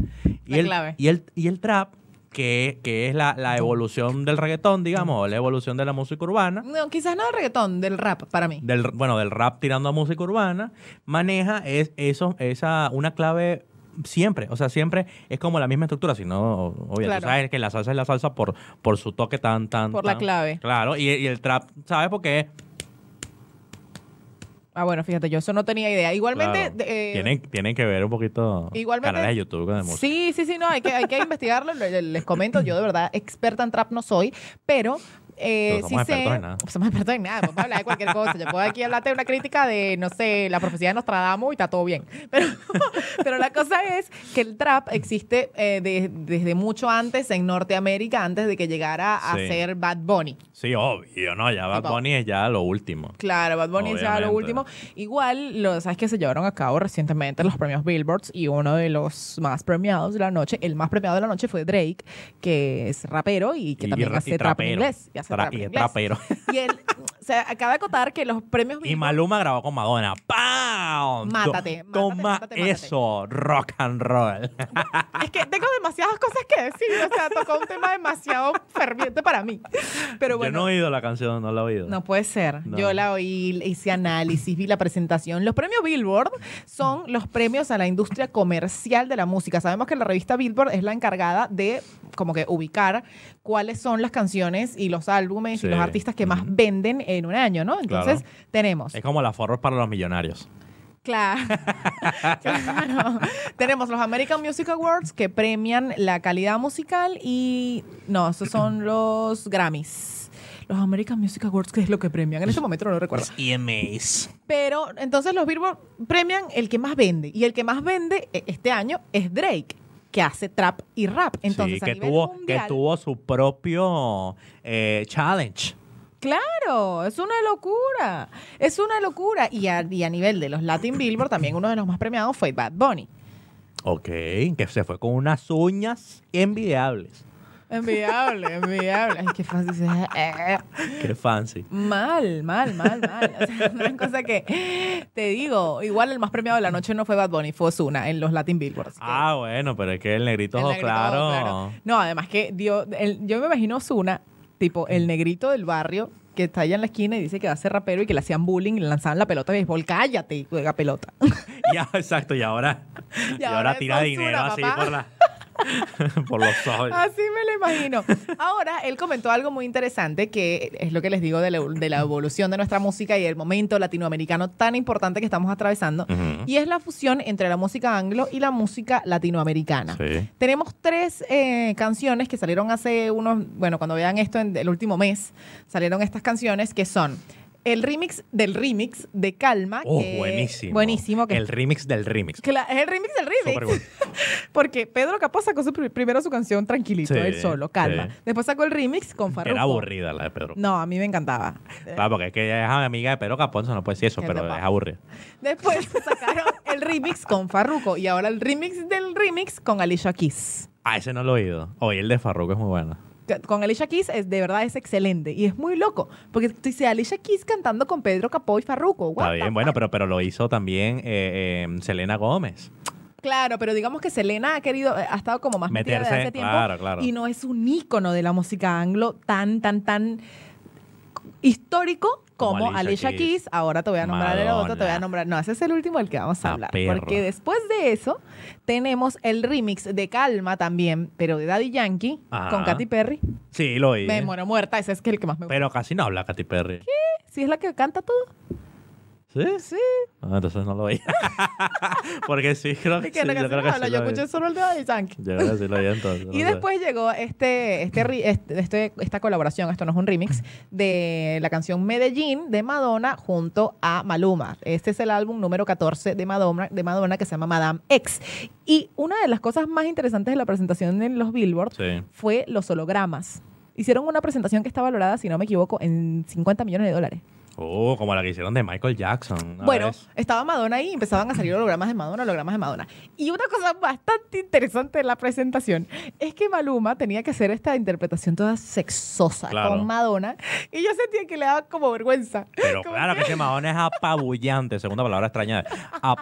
B: La
A: el,
B: clave.
A: Y, el, y el trap, que, que es la, la evolución del reggaetón, digamos, o la evolución de la música urbana,
B: No, quizás no del reggaetón, del rap para mí.
A: del, bueno, del rap tirando a música urbana, maneja es, eso, esa, una clave siempre, o sea, siempre es como la misma estructura, si no, obvio,
B: Claro.
A: tú sabes que la salsa es la salsa por, por su toque tan, tan,
B: Por la
A: tan.
B: clave.
A: Claro, y, y el trap, ¿sabes por qué?
B: Ah, bueno, fíjate, yo eso no tenía idea. Igualmente...
A: Claro.
B: de- eh,
A: tienen, tienen que ver un poquito
B: Igualmente-
A: canales de YouTube con el música.
B: Sí, sí, sí, no, hay que, hay que investigarlo, le- le- les comento, yo de verdad experta en trap no soy, pero... Eh,
A: No
B: sí
A: somos
B: sé,
A: expertos en nada.
B: Somos expertos en nada, podemos hablar de cualquier cosa. Yo puedo aquí hablarte de una crítica de, no sé, la profecía de Nostradamus y está todo bien. Pero, pero la cosa es que el trap existe eh, de- desde mucho antes en Norteamérica, antes de que llegara a
A: Sí.
B: ser Bad Bunny.
A: Sí, obvio, ¿no? Ya Bad
B: Papá.
A: Bunny es ya lo último.
B: Claro, Bad Bunny ya lo
A: Obviamente.
B: último. Igual, lo, sabes que se llevaron a cabo recientemente los premios Billboards y uno de los más premiados de la noche, el más premiado de la noche fue Drake, que es rapero y que
A: Y- y
B: también
A: ra- y
B: hace trap en
A: trapero.
B: inglés. Y hace
A: tra-
B: trap
A: y
B: en
A: es
B: inglés.
A: trapero.
B: Y él, o sea, acaba de acotar que los premios
A: Y
B: Billboard-
A: Maluma grabó con Madonna. ¡Pam!
B: Mátate, mátate,
A: Toma
B: mátate, mátate.
A: eso, rock and roll.
B: ah, Es que tengo demasiadas cosas que decir, o sea, tocó un tema demasiado ferviente para mí. Pero
A: Yo no
B: bueno,
A: he oído la canción, no la he oído.
B: no puede ser.
A: No.
B: Yo la oí, hice análisis, vi la presentación. Los premios Billboard son los premios a la industria comercial de la música. Sabemos que la revista Billboard es la encargada de como que ubicar cuáles son las canciones y los álbumes
A: Sí.
B: y los artistas que más
A: Ujú.
B: venden en un año, ¿no? Entonces, tenemos
A: Es como la Forbes para los millonarios.
B: Claro. Claro. Tenemos los American Music Awards que premian la calidad musical y no, esos son los Grammys. Los American Music Awards, que es lo que premian. En este momento no lo recuerdo.
A: EMAs.
B: Pero entonces los Billboard premian el que más vende. Y el que más vende eh, este año es Drake, que hace trap y rap. Entonces,
A: sí,
B: a
A: que
B: nivel
A: tuvo, que
B: mundial-
A: tuvo su propio eh, challenge.
B: Claro, es una locura. Es una locura. Y a, y a nivel de los Latin Billboard, también uno de los más premiados fue Bad Bunny.
A: Ok, que se fue con unas uñas envidiables.
B: Enviable, enviable. Ay, qué fácil. se- eh,
A: Qué fancy.
B: Mal, mal, mal, mal. O sea, una cosa que te digo, igual el más premiado de la noche no fue Bad Bunny, fue Ozuna en los Latin Billboards.
A: Ah, bueno, pero es que el negrito,
B: El
A: ojo
B: negrito,
A: claro.
B: No, además que dio, el- yo me imagino Ozuna, tipo el negrito del barrio que está allá en la esquina y dice que va a ser rapero y que le hacían bullying y le lanzaban la pelota de béisbol. Cállate y juega pelota.
A: Ya, exacto, y ahora, y ahora,
B: ahora es
A: tira
B: Ozuna,
A: dinero así
B: papá.
A: por, la, por los ojos.
B: Así me lo imagino. Ahora, él comentó algo muy interesante que es lo que les digo de la, de la evolución de nuestra música y el momento latinoamericano tan importante que estamos atravesando.
A: Ujú.
B: Y es la fusión entre la música anglo y la música latinoamericana.
A: Sí.
B: Tenemos tres eh, canciones que salieron hace unos, bueno, cuando vean esto en el último mes, salieron estas canciones que son el remix del remix de Calma.
A: Oh,
B: Ah, que-
A: buenísimo.
B: Buenísimo. Que
A: El remix del remix.
B: que la- es el remix del remix.
A: Súper bueno.
B: Porque Pedro Capó sacó su, pri- primero su canción Tranquilito,
A: Sí,
B: él solo, calma.
A: sí.
B: Después sacó el remix con Farruko.
A: Era Ah. aburrida la de Pedro.
B: No, a mí me encantaba. Eh,
A: Claro, porque es que ella es amiga de Pedro Capón, eso no puede decir eso,
B: Qué
A: pero
B: capaz.
A: es aburrida.
B: Después sacaron el remix con Farruko y ahora el remix del remix con Alicia Keys.
A: Ah, ese no lo he oído. Oye, el de Farruko es muy bueno.
B: Que- Con Alicia Keys es, de verdad es excelente y es muy loco porque tú dices Alicia Keys cantando con Pedro Capó y Farruko. what
A: Está
B: the
A: bien, bueno, pero, pero lo hizo también eh, eh, Selena Gómez.
B: Claro, pero digamos que Selena ha querido, eh, ha estado como más metida
A: Meterse,
B: desde hace tiempo.
A: claro, claro.
B: Y no es un ícono de la música anglo tan, tan, tan histórico
A: Como
B: como,
A: Alicia
B: Alicia
A: Keys.
B: Keys. Ahora te voy a nombrar el otro, te voy
A: Madonna.
B: a nombrar. No, ese es el último del que vamos a
A: La
B: hablar.
A: perra.
B: Porque después de eso tenemos el remix de Calma también, pero de Daddy Yankee
A: Ajá.
B: con Katy Perry.
A: Sí, lo oí.
B: Me muero muerta, ese es que el que más me gusta.
A: Pero casi no habla Katy Perry.
B: ¿Sí es la que canta todo?
A: ¿Sí?
B: Sí.
A: Ah, entonces no lo oí. Porque sí, creo que
B: Es que
A: sí.
B: la
A: Yo
B: canción
A: creo
B: no
A: que
B: habla,
A: sí
B: yo
A: lo oí.
B: escuché solo el de Daddy Yankee.
A: Yo creo que sí lo oí entonces. no
B: Y
A: sé.
B: después llegó este, este, ri- este, este- esta colaboración, esto no es un remix, de la canción Medellín de Madonna junto a Maluma. Este es el álbum número 14 de Madonna, de Madonna que se llama Madame X. Y una de las cosas más interesantes de la presentación en los Billboard
A: Sí.
B: fue los hologramas. Hicieron una presentación que está valorada, si no me equivoco, en 50 millones de dólares.
A: Oh, como la que hicieron de Michael Jackson. una
B: Bueno,
A: vez.
B: estaba Madonna ahí y empezaban a salir hologramas de Madonna, hologramas de Madonna. Y una cosa bastante interesante de la presentación es que Maluma tenía que hacer esta interpretación toda sexosa
A: Claro.
B: con Madonna y yo sentía que le daba como vergüenza.
A: Pero
B: Como
A: claro que ese Mahón es apabullante. Segunda palabra extraña.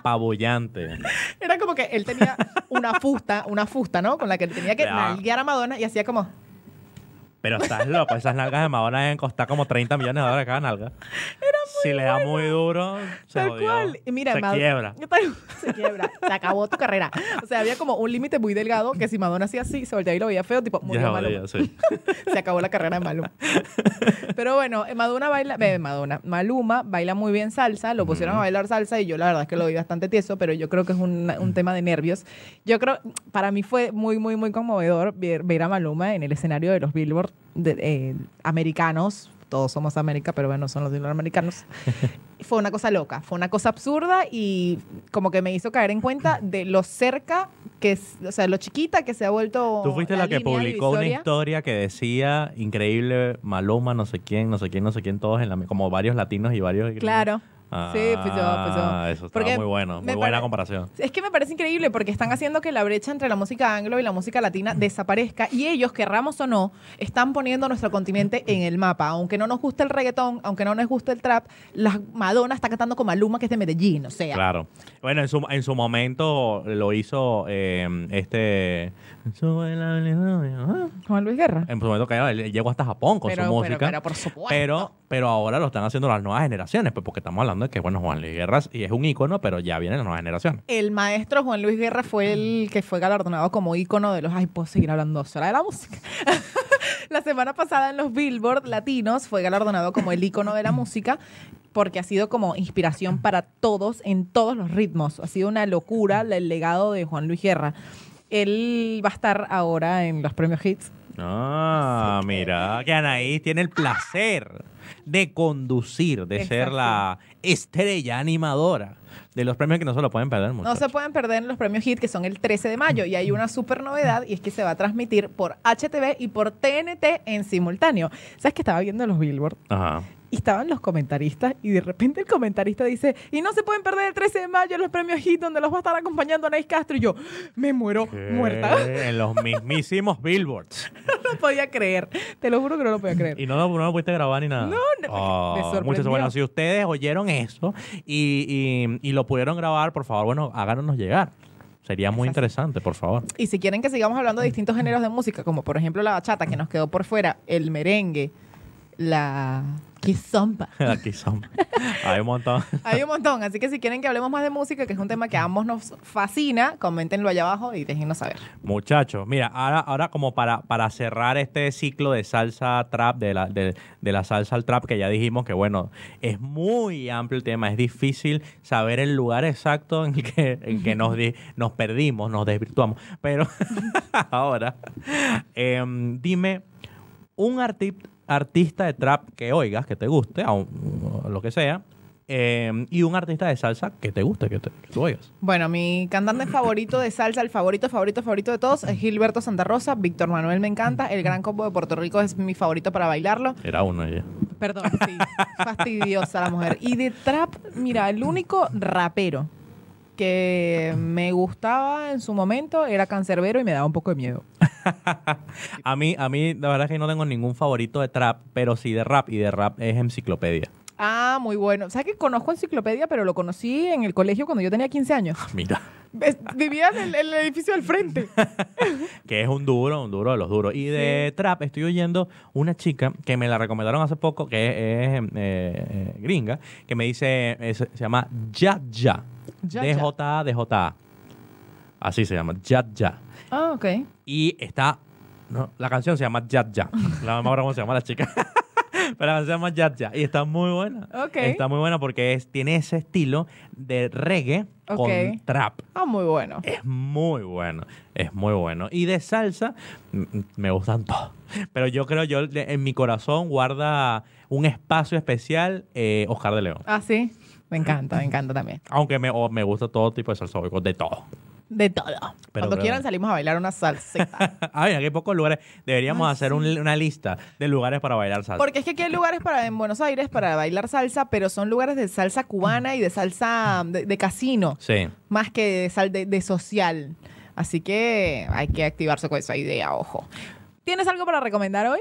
A: Apabullante.
B: Era como que él tenía una fusta, una fusta, ¿no? Con la que tenía que
A: Ya.
B: nalguear a Madonna y hacía como...
A: Pero estás loco, esas nalgas de Madonna deben costar como 30 millones de dólares cada nalga. si le da muy duro, se
B: Tal
A: jodió.
B: cual. Y mira,
A: se
B: Mad-
A: quiebra.
B: Tal- Se quiebra. Se acabó tu carrera. O sea, había como un límite muy delgado que si Madonna hacía así, se volteaba y lo veía feo, tipo, murió
A: Ya
B: Maluma.
A: jodió, sí.
B: Se acabó la carrera de Maluma. Pero bueno, eh, Madonna baila, eh, Madonna, Maluma baila muy bien salsa, lo pusieron a bailar salsa y yo la verdad es que lo vi bastante tieso, pero yo creo que es un, un tema de nervios. Yo creo, para mí fue muy, muy, muy conmovedor ver, ver a Maluma en el escenario de los Billboard de- eh, americanos. Todos somos América, pero bueno, son los Billboard americanos. Fue una cosa loca, fue una cosa absurda y como que me hizo caer en cuenta de lo cerca que, es- o sea, lo chiquita que se ha vuelto.
A: Tú fuiste la, que
B: línea
A: publicó una
B: divisoria.
A: historia que decía increíble Maluma, no sé quién, no sé quién, no sé quién, todos en la mi- como varios latinos y varios. gringos.
B: Claro. Sí, pues yo, pues yo.
A: Ah, Eso está
B: Porque
A: muy bueno. Muy
B: me
A: buena
B: pare-
A: comparación.
B: Es que me parece increíble porque están haciendo que la brecha entre la música anglo y la música latina desaparezca y ellos, querramos o no, están poniendo nuestro continente en el mapa. Aunque no nos guste el reggaetón, aunque no nos guste el trap, las Madonna está cantando con Maluma, que es de Medellín, o sea.
A: Claro. Bueno, en su, en su momento lo hizo eh, este. En su momento
B: Juan Luis Guerra.
A: claro, él llegó hasta Japón Eh, con
B: pero,
A: su música.
B: Pero, pero por supuesto.
A: Pero, pero ahora lo están haciendo las nuevas generaciones, pues porque estamos hablando de que, bueno, Juan Luis Guerra y es un ícono, pero ya vienen las nuevas generaciones.
B: el maestro Juan Luis Guerra fue el que fue galardonado como ícono de los... Ay, puedo seguir hablando sola de la música. la semana pasada en los Billboard latinos fue galardonado como el ícono de la música porque ha sido como inspiración para todos en todos los ritmos. Ha sido una locura la- el legado de Juan Luis Guerra. Él va a estar ahora en los premios Hits.
A: Ah, mira, que Anaí tiene el placer de conducir, de ser
B: Exacto.
A: la estrella animadora de los premios que no se lo pueden perder mucho.
B: No se pueden perder los premios Hit, que son el 13 de mayo, y hay una super novedad, y es que se va a transmitir por HTV y por TNT en simultáneo. ¿Sabes que estaba viendo los Billboard?
A: Ajá.
B: Y estaban los comentaristas y de repente el comentarista dice, y no se pueden perder el 13 de mayo los premios HIT donde los va a estar acompañando Anaís Castro. Y yo, me muero muerta.
A: En los mismísimos billboards.
B: No podía creer. Te lo juro que no lo podía creer.
A: Y no lo, no lo pudiste grabar ni nada.
B: No, no,
A: Ah,
B: me sorprendió.
A: muchachos, bueno, si ustedes oyeron eso y, y- y lo pudieron grabar, por favor, bueno, háganos llegar. Sería muy
B: Exacto.
A: interesante, por favor.
B: Y si quieren que sigamos hablando de distintos géneros de música, como por ejemplo la bachata que nos quedó por fuera, el merengue, la quizomba.
A: Aquí son. Hay un montón.
B: Hay un montón, así que si quieren que hablemos más de música, que es un tema que a ambos nos fascina, coméntenlo allá abajo y déjenos saber.
A: Muchachos, mira, ahora, ahora como para, para cerrar este ciclo de salsa trap, de la, de, de la salsa al trap, que ya dijimos que, bueno, es muy amplio el tema, es difícil saber el lugar exacto en el que, en que nos, di- nos perdimos, nos desvirtuamos. Pero ahora, em, dime, un arti- artista de trap que oigas, que te guste, aun- lo que sea, em, y un artista de salsa que te guste, que, te, que tú oigas.
B: Bueno, mi cantante favorito de salsa, el favorito, favorito, favorito de todos, es Gilberto Santa Rosa. Víctor Manuel me encanta. El Gran Combo de Puerto Rico es mi favorito para bailarlo.
A: Era uno ella.
B: Perdón, sí. Fastidiosa la mujer. Y de trap, mira, el único rapero que me gustaba en su momento era Cancerbero y me daba un poco de miedo.
A: A mí, a mí, la verdad es que no tengo ningún favorito de trap, pero sí de rap, y de rap es enciclopedia.
B: Ah, muy bueno. ¿Sabes que conozco enciclopedia, pero lo conocí en el colegio cuando yo tenía 15 años?
A: Mira.
B: Es- Vivía en el, en el edificio al frente.
A: Que es un duro, un duro de los duros. Y de trap estoy oyendo una chica que me la recomendaron hace poco, que es, eh, eh, gringa, que me dice, eh, se, se llama Yadja.
B: Ya, ya.
A: DJA, DJA. Así se llama, Yadja.
B: Ah, ok.
A: Y está. No, la canción se llama Yat Ya. La mamá ahora cómo se llama la chica. Pero la canción se llama Yat Ya. Y está muy buena.
B: Ok.
A: Está muy buena porque es, tiene ese estilo de reggae
B: Ok.
A: con trap.
B: Ah, muy bueno.
A: Es muy bueno. Es muy bueno. Y de salsa, m- m- me gustan todos. Pero yo creo, yo de- en mi corazón guarda un espacio especial eh, Oscar de León.
B: Ah, sí. Me encanta, me encanta también.
A: Aunque me, o- me gusta todo tipo de salsa, oigo de todo.
B: De todo. Cuando
A: pero-
B: quieran salimos a bailar una salsita.
A: Ay, mira, que hay pocos lugares. Deberíamos
B: Ay,
A: hacer un- una lista de lugares para bailar salsa.
B: Ah, Porque es que aquí hay lugares para, en Buenos Aires para bailar salsa, pero son lugares de salsa cubana y de salsa de, de casino,
A: Sí.
B: más que de, sal, de, de social. Así que hay que activarse con esa idea, ojo. ¿Tienes algo para recomendar hoy?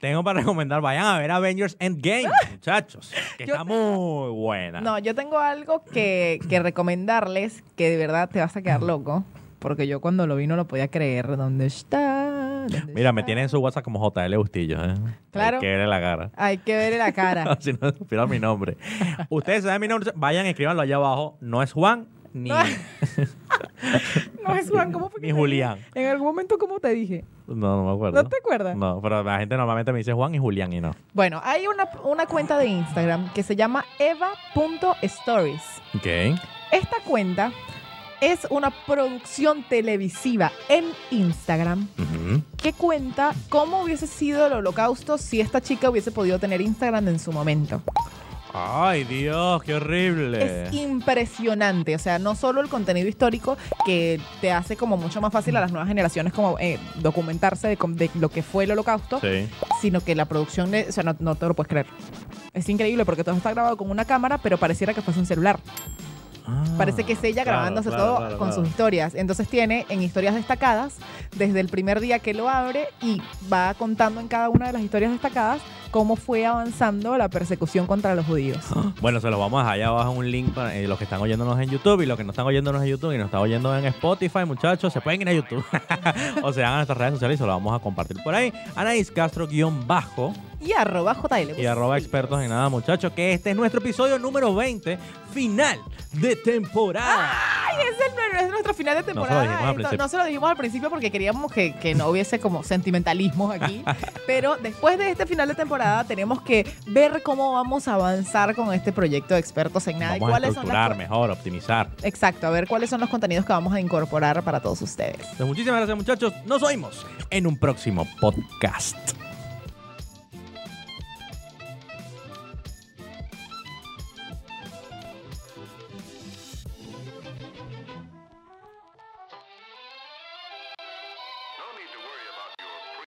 A: Tengo para recomendar, vayan a ver Avengers Endgame, muchachos, que
B: Yo-
A: está muy buena.
B: No, yo tengo algo que, que recomendarles que de verdad te vas a quedar loco. Porque yo cuando lo vi no lo podía creer. ¿Dónde está? ¿Dónde
A: Mira, me
B: está?
A: tienen en su WhatsApp como JL Bustillo, ¿eh?
B: Claro.
A: Hay
B: Ah.
A: que verle la cara.
B: Hay que verle la cara.
A: si no supiera mi nombre. Ustedes saben mi nombre, vayan, escríbanlo allá abajo. No es Juan ni,
B: No. No es Juan, ¿cómo fue que
A: ni
B: te
A: Julián.
B: dije? En algún momento, ¿cómo te dije?
A: No, no me acuerdo.
B: ¿No te acuerdas?
A: No, pero la gente normalmente me dice Juan y Julián y no.
B: Bueno, hay una, una cuenta de Instagram que se llama eva.stories.
A: Ok.
B: Esta cuenta es una producción televisiva en Instagram
A: Ujú.
B: que cuenta cómo hubiese sido el holocausto si esta chica hubiese podido tener Instagram en su momento.
A: Ay, Dios, qué horrible.
B: Es impresionante, o sea, no solo el contenido histórico que te hace como mucho más fácil a las nuevas generaciones como eh, documentarse de, com- de lo que fue el holocausto,
A: sí.
B: sino que la producción, de- o sea, no, no te lo puedes creer. Es increíble porque todo está grabado con una cámara, pero pareciera que fuese un celular.
A: Ah,
B: Parece que es ella
C: claro,
B: grabándose
C: claro,
B: todo
C: claro,
B: con
C: claro.
B: sus historias. Entonces tiene en historias destacadas, desde el primer día que lo abre y va contando en cada una de las historias destacadas cómo fue avanzando la persecución contra los judíos.
A: Bueno, se los vamos a dejar allá abajo un link para eh, los que están oyéndonos en YouTube y los que no están oyéndonos en YouTube y nos están oyendo en Spotify, muchachos, se pueden ir a YouTube o se van a nuestras redes sociales y se los vamos a compartir por ahí. Anaís Castro guión bajo
B: Y arroba JL.
A: y arroba expertos en nada, muchachos, que este es nuestro episodio número 20, final de temporada.
B: Ah, Es, el- es nuestro final de
A: No se lo
B: temporada.
A: dijimos al
B: Esto-
A: principio.
B: no se lo dijimos al principio porque queríamos que, que no hubiese como sentimentalismos aquí. pero después de este final de temporada tenemos que ver cómo vamos a avanzar con este proyecto de expertos en nada. y
A: Vamos a
B: cuáles son las
A: estructurar mejor, optimizar.
B: co- Exacto, a ver cuáles son los contenidos que vamos a incorporar para todos ustedes.
A: Entonces, muchísimas gracias, muchachos. Nos oímos en un próximo podcast.